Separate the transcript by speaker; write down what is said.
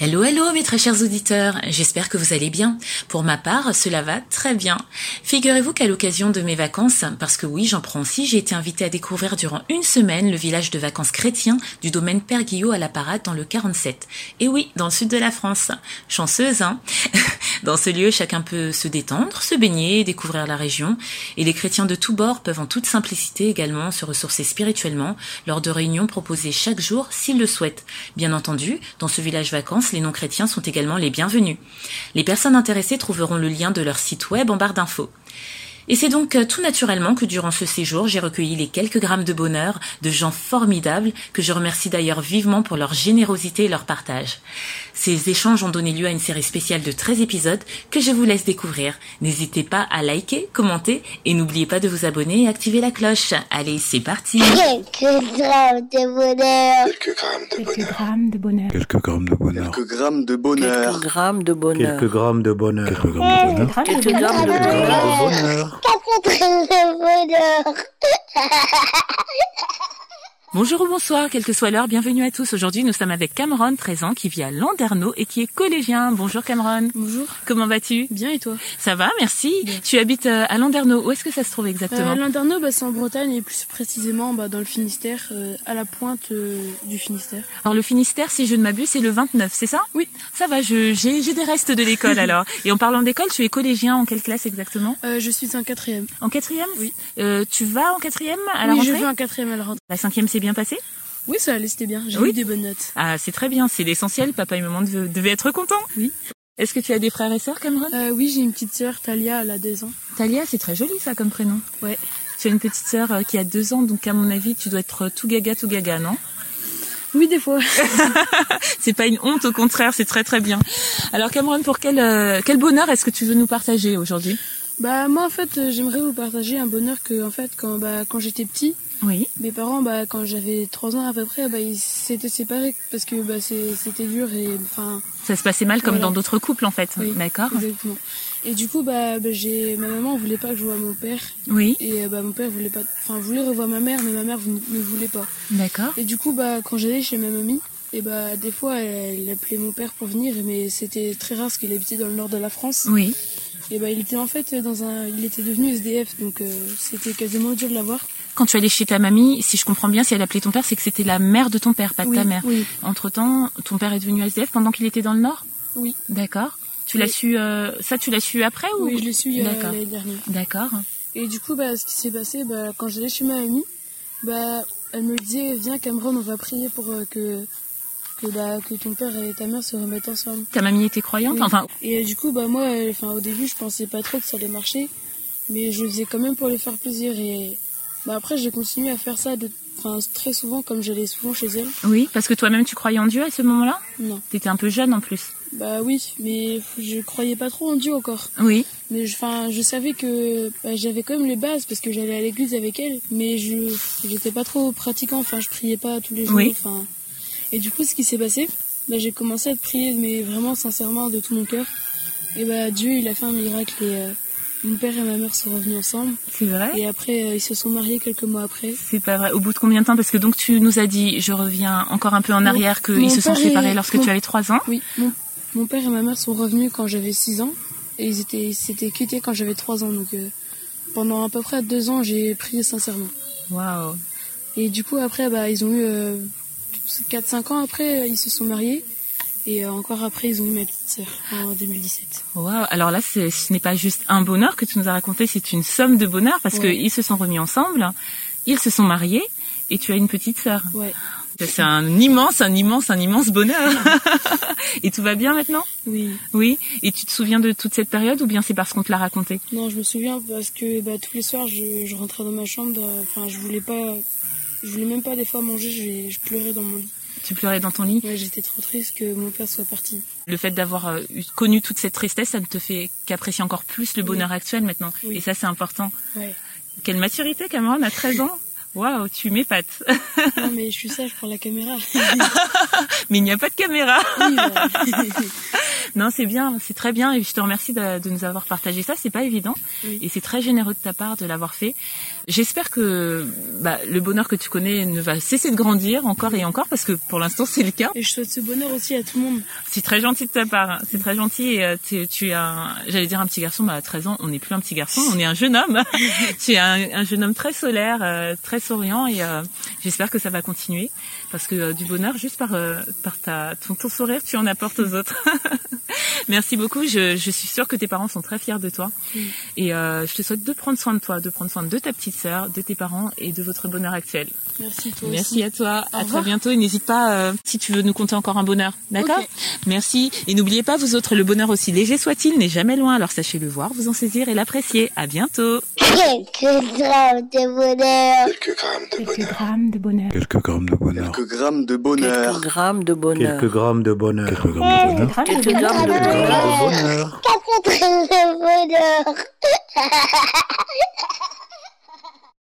Speaker 1: Hello, hello, mes très chers auditeurs. J'espère que vous allez bien. Pour ma part, cela va très bien. Figurez-vous qu'à l'occasion de mes vacances, parce que oui, j'en prends aussi, j'ai été invitée à découvrir durant une semaine le village de vacances chrétien du domaine Père Guillot à la Parade dans le 47. Et oui, dans le sud de la France. Chanceuse, hein? Dans ce lieu, chacun peut se détendre, se baigner, découvrir la région. Et les chrétiens de tous bords peuvent en toute simplicité également se ressourcer spirituellement lors de réunions proposées chaque jour s'ils le souhaitent. Bien entendu, dans ce village vacances, les non-chrétiens sont également les bienvenus. Les personnes intéressées trouveront le lien de leur site web en barre d'infos. Et c'est donc euh, tout naturellement que durant ce séjour, j'ai recueilli les quelques grammes de bonheur de gens formidables que je remercie d'ailleurs vivement pour leur générosité et leur partage. Ces échanges ont donné lieu à une série spéciale de 13 épisodes que je vous laisse découvrir. N'hésitez pas à liker, commenter et n'oubliez pas de vous abonner et activer la cloche. Allez, c'est parti
Speaker 2: Quelques grammes de bonheur.
Speaker 3: Quelques grammes de
Speaker 4: Quelques
Speaker 3: bonheur.
Speaker 4: grammes de bonheur.
Speaker 5: Quelques grammes de bonheur.
Speaker 3: Quelques grammes de bonheur.
Speaker 6: Quelques grammes de bonheur.
Speaker 7: Quelques grammes de bonheur.
Speaker 5: Quelques grammes de
Speaker 4: Grammes
Speaker 5: bonheur.
Speaker 4: de
Speaker 6: Quelques
Speaker 4: bonheur.
Speaker 6: grammes de bonheur.
Speaker 2: Quatre grammes de bonheur.
Speaker 1: Bonjour ou bonsoir, quelle que soit l'heure, bienvenue à tous. Aujourd'hui, nous sommes avec Cameron, 13 ans, qui vit à Landerneau et qui est collégien. Bonjour Cameron.
Speaker 8: Bonjour.
Speaker 1: Comment vas-tu
Speaker 8: Bien et toi
Speaker 1: Ça va, merci. Tu habites euh, à Landerneau. Où est-ce que ça se trouve exactement
Speaker 8: euh, L'internat, bah, c'est en Bretagne et plus précisément bah, dans le Finistère, euh, à la pointe euh, du Finistère.
Speaker 1: Alors le Finistère, si je ne m'abuse, c'est le 29, c'est ça
Speaker 8: Oui.
Speaker 1: Ça va, je, j'ai, j'ai des restes de l'école alors. Et en parlant d'école, tu es collégien en quelle classe exactement
Speaker 8: Euh, je suis en quatrième.
Speaker 1: En quatrième
Speaker 8: Oui.
Speaker 1: Euh, tu vas en quatrième à la
Speaker 8: oui, je
Speaker 1: rentrée
Speaker 8: vais en quatrième à la rentrée.
Speaker 1: La cinquième s'est bien passée
Speaker 8: Oui, ça allait, c'était bien. J'ai
Speaker 1: Oui.
Speaker 8: eu des bonnes notes.
Speaker 1: Ah, c'est très bien, c'est l'essentiel. Papa et maman dev- devaient être contents.
Speaker 8: Oui.
Speaker 1: Est-ce que tu as des frères et sœurs, Cameron
Speaker 8: Euh, oui, j'ai une petite sœur, Talia, elle a deux ans.
Speaker 1: Talia, c'est très joli ça comme prénom.
Speaker 8: Ouais.
Speaker 1: Tu as une petite sœur euh, qui a deux ans, donc à mon avis, tu dois être euh, tout gaga, tout gaga, non
Speaker 8: Oui, des fois.
Speaker 1: C'est pas une honte, au contraire, c'est très très bien. Alors Cameron, pour quel, euh, quel bonheur est-ce que tu veux nous partager aujourd'hui
Speaker 8: bah moi, en fait, euh, j'aimerais vous partager un bonheur que, en fait, quand bah quand j'étais petit,
Speaker 1: Oui.
Speaker 8: mes parents, bah quand j'avais trois ans à peu près, bah ils s'étaient séparés parce que bah c'est- c'était dur et enfin.
Speaker 1: Ça se passait mal comme
Speaker 8: Voilà.
Speaker 1: dans d'autres couples en fait.
Speaker 8: Oui.
Speaker 1: D'accord.
Speaker 8: Exactement. Et du coup, bah, bah, j'ai ma maman voulait pas que je voie mon père.
Speaker 1: Oui.
Speaker 8: Et euh, bah, mon père voulait pas, enfin voulait revoir ma mère, mais ma mère vou- ne voulait pas.
Speaker 1: D'accord.
Speaker 8: Et du coup, bah, quand j'allais chez ma mamie, et bah, des fois, elle, elle appelait mon père pour venir, mais c'était très rare parce qu'il habitait dans le nord de la France.
Speaker 1: Oui.
Speaker 8: Et bah, il était en fait dans un, il était devenu SDF, donc euh, c'était quasiment dur de l'avoir.
Speaker 1: Quand tu allais chez ta mamie, si je comprends bien, si elle appelait ton père, c'est que c'était la mère de ton père, pas de
Speaker 8: oui,
Speaker 1: ta mère.
Speaker 8: Oui.
Speaker 1: Entre temps, ton père est devenu SDF pendant qu'il était dans le Nord.
Speaker 8: Oui.
Speaker 1: D'accord. Tu
Speaker 8: Oui.
Speaker 1: l'as su, euh, ça tu l'as su après ou
Speaker 8: Oui, je l'ai su euh,
Speaker 1: Oh. D'accord.
Speaker 8: l'année dernière.
Speaker 1: D'accord.
Speaker 8: Et du coup, bah, ce qui s'est passé, bah, quand j'allais chez ma mamie, bah, elle me disait, viens Cameron, on va prier pour euh, que, que, bah, que ton père et ta mère se remettent ensemble.
Speaker 1: Ta mamie était croyante.
Speaker 8: Oui.
Speaker 1: Enfin,
Speaker 8: Et euh, du coup, bah moi, euh, enfin au début, je pensais pas trop que ça allait marcher, mais je le faisais quand même pour lui faire plaisir. Et bah après, j'ai continué à faire ça, de... enfin très souvent, comme j'allais souvent chez elle.
Speaker 1: oui, parce que toi-même tu croyais en Dieu à ce moment-là.
Speaker 8: Non.
Speaker 1: T'étais un peu jeune en plus.
Speaker 8: Bah oui, mais je croyais pas trop en Dieu encore.
Speaker 1: Oui.
Speaker 8: Mais je- enfin, je savais que bah, j'avais quand même les bases parce que j'allais à l'église avec elle, mais je j'étais pas trop pratiquant. Enfin, je priais pas tous les jours.
Speaker 1: Oui.
Speaker 8: Enfin, et du coup, ce qui s'est passé, bah, j'ai commencé à prier, mais vraiment sincèrement de tout mon cœur. Et bah Dieu, il a fait un miracle et euh, mon père et ma mère sont revenus ensemble.
Speaker 1: C'est vrai.
Speaker 8: Et après, euh, ils se sont mariés quelques mois après.
Speaker 1: C'est pas vrai. Au bout de combien de temps Parce que donc tu nous as dit, je reviens encore un peu en
Speaker 8: Mon-
Speaker 1: arrière,
Speaker 8: mon
Speaker 1: qu'ils se sont
Speaker 8: père est-
Speaker 1: séparés lorsque
Speaker 8: mon-
Speaker 1: tu avais 3 ans.
Speaker 8: Oui, mon, mon père et ma mère sont revenus quand j'avais 6 ans et ils étaient ils s'étaient quittés quand j'avais 3 ans. Donc euh, pendant à peu près deux ans, j'ai prié sincèrement.
Speaker 1: Waouh.
Speaker 8: Et du coup, après, bah, ils ont eu. Euh, 4-5 ans après, euh, ils se sont mariés. Et euh, encore après, ils ont eu ma petite sœur en 2017.
Speaker 1: Waouh. Alors là, c'est- ce n'est pas juste un bonheur que tu nous as raconté, c'est une somme de bonheur parce
Speaker 8: Ouais.
Speaker 1: qu'ils se sont remis ensemble, ils se sont mariés et tu as une petite sœur.
Speaker 8: Ouais.
Speaker 1: Ça, C'est un immense, un immense, un immense bonheur. et tout va bien maintenant
Speaker 8: Oui.
Speaker 1: Oui. Et tu te souviens de toute cette période ou bien c'est parce qu'on te l'a raconté
Speaker 8: Non, je me souviens parce que bah, tous les soirs, je, je rentrais dans ma chambre. euh, Enfin, je voulais pas. Je voulais même pas des fois manger, j'ai- je pleurais dans mon lit.
Speaker 1: Tu pleurais dans ton lit.
Speaker 8: Ouais, J'étais trop triste que mon père soit parti.
Speaker 1: Le fait d'avoir euh, eu- connu toute cette tristesse, ça ne te fait qu'apprécier encore plus le bonheur actuel maintenant.
Speaker 8: Oui.
Speaker 1: Et ça, c'est important.
Speaker 8: Ouais.
Speaker 1: Quelle maturité, Cameron, à 13 ans Waouh, tu m'épates.
Speaker 8: Non, mais je suis sage pour la caméra.
Speaker 1: Mais il n'y a pas de caméra.
Speaker 8: Oui, bah,
Speaker 1: Non, c'est bien, c'est très bien et je te remercie de, de nous avoir partagé ça. C'est pas évident
Speaker 8: Oui.
Speaker 1: et c'est très généreux de ta part de l'avoir fait. J'espère que bah, le bonheur que tu connais ne va cesser de grandir encore et encore parce que pour l'instant c'est le cas.
Speaker 8: Et je souhaite ce bonheur aussi à tout le monde.
Speaker 1: C'est très gentil de ta part. hein. C'est très gentil. Et, euh, t'es- tu es un, j'allais dire un petit garçon, mais à 13 ans, on n'est plus un petit garçon, on est un jeune homme. tu es un, un jeune homme très solaire, euh, très souriant, et euh, j'espère que ça va continuer parce que euh, du bonheur, juste par euh, par ta ton, ton sourire, tu en apportes aux autres. Merci beaucoup. Je, je suis sûre que tes parents sont très fiers de toi,
Speaker 8: Oui.
Speaker 1: et euh, je te souhaite de prendre soin de toi, de prendre soin de ta petite sœur, de tes parents et de votre bonheur actuel.
Speaker 8: Merci toi aussi.
Speaker 1: Merci à toi.
Speaker 8: Au
Speaker 1: à très
Speaker 8: revoir.
Speaker 1: bientôt. Et n'hésite pas euh, si tu veux nous compter encore un bonheur. D'accord
Speaker 8: Ok.
Speaker 1: Merci. Et n'oubliez pas, vous autres, le bonheur aussi léger soit-il n'est jamais loin. Alors sachez le voir, vous en saisir et l'apprécier. À bientôt.
Speaker 2: Quelques drames de bonheur.
Speaker 3: Quelques grammes de
Speaker 4: Quelques
Speaker 3: bonheur.
Speaker 4: grammes de bonheur.
Speaker 5: Quelques grammes de bonheur.
Speaker 3: Quelques grammes de
Speaker 6: Quelques
Speaker 3: bonheur.
Speaker 6: grammes de bonheur.
Speaker 7: Quelques grammes de bonheur.
Speaker 5: Quelques grammes de bonheur.
Speaker 4: Quelques
Speaker 6: Quelques
Speaker 4: grammes
Speaker 6: grammes
Speaker 4: de
Speaker 6: de
Speaker 4: bonheur.
Speaker 2: bonheur.
Speaker 7: Grammes de bonheur.
Speaker 2: Quatre drames de bonheur.